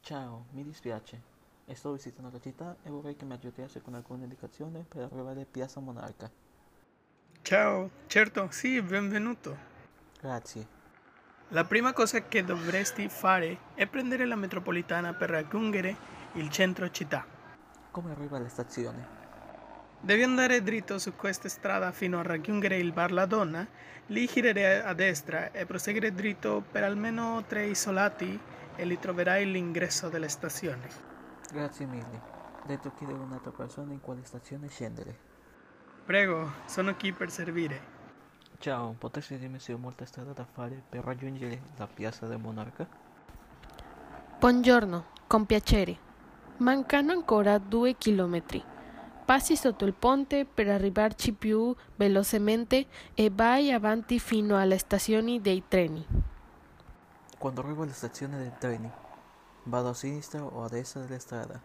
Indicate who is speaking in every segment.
Speaker 1: Ciao, mi dispiace. Sto visitando la città e vorrei che mi aiutasse con alcune indicazioni per arrivare a Piazza Monarca.
Speaker 2: Ciao, certo, sì, benvenuto.
Speaker 1: Grazie.
Speaker 2: La prima cosa che dovresti fare è prendere la metropolitana per raggiungere il centro città.
Speaker 1: Come arrivo alla stazione?
Speaker 2: Devi andare dritto su questa strada fino a raggiungere il bar La Donna, lì girare a destra e proseguire dritto per almeno tre isolati e lì troverai l'ingresso della stazione.
Speaker 1: Grazie mille. Detto chiedere a un'altra persona in quale stazione scendere.
Speaker 2: Prego, sono qui per servire.
Speaker 1: Ciao, potresti dirmi se ho molta strada da fare per raggiungere la Piazza del Monarca?
Speaker 3: Buongiorno, con piacere. Mancano ancora due chilometri. Passi sotto il ponte per arrivarci più velocemente e vai avanti fino alle stazioni dei treni.
Speaker 1: Quando arrivo alla stazione del treni, vado a sinistra o a destra della strada?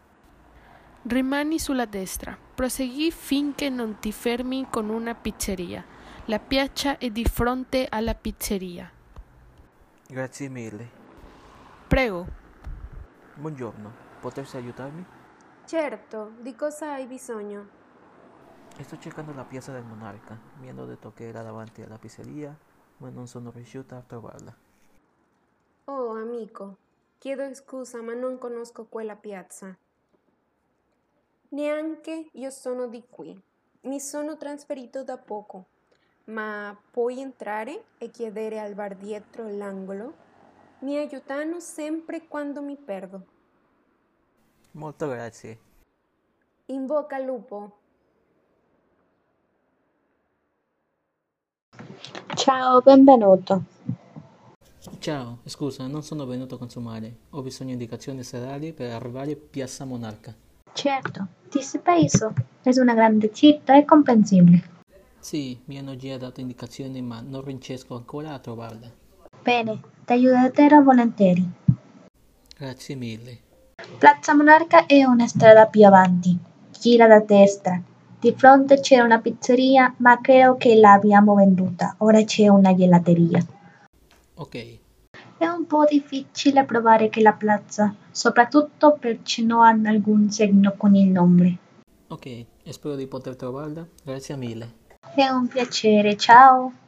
Speaker 3: Rimani sulla destra, prosegui finché non ti fermi con una pizzeria. La piazza è di fronte alla pizzeria.
Speaker 1: Grazie mille.
Speaker 3: Prego,
Speaker 1: Buongiorno, potresti aiutarmi?
Speaker 4: Certo, di cosa hai bisogno?
Speaker 1: Sto cercando la Piazza del Monarca. Mi hanno detto che era davanti alla pizzeria, ma non sono riuscita a trovarla.
Speaker 4: Oh, amico, chiedo scusa ma non conosco quella piazza. Neanche io sono di qui. Mi sono trasferito da poco. Ma puoi entrare e chiedere al bar dietro l'angolo? Mi aiutano sempre quando mi perdo.
Speaker 1: Molto grazie.
Speaker 4: In bocca al lupo.
Speaker 5: Ciao, benvenuto.
Speaker 1: Ciao, scusa, non sono venuto a consumare. Ho bisogno di indicazioni serali per arrivare a Piazza Monarca.
Speaker 5: Certo, ti paese è una grande città e comprensibile.
Speaker 1: Sì, mi hanno già dato indicazioni, ma non riesco ancora a trovarla.
Speaker 5: Bene, ti aiuterò volentieri.
Speaker 1: Grazie mille.
Speaker 5: Piazza Monarca è una strada più avanti. Gira da destra. Di fronte c'era una pizzeria, ma credo che l'abbiamo venduta. Ora c'è una gelateria.
Speaker 1: Ok,
Speaker 5: È un po' difficile provare che la piazza, soprattutto perché non hanno alcun segno con il nome.
Speaker 1: ok, spero di poter trovarla. Grazie mille.
Speaker 5: È un piacere, ciao.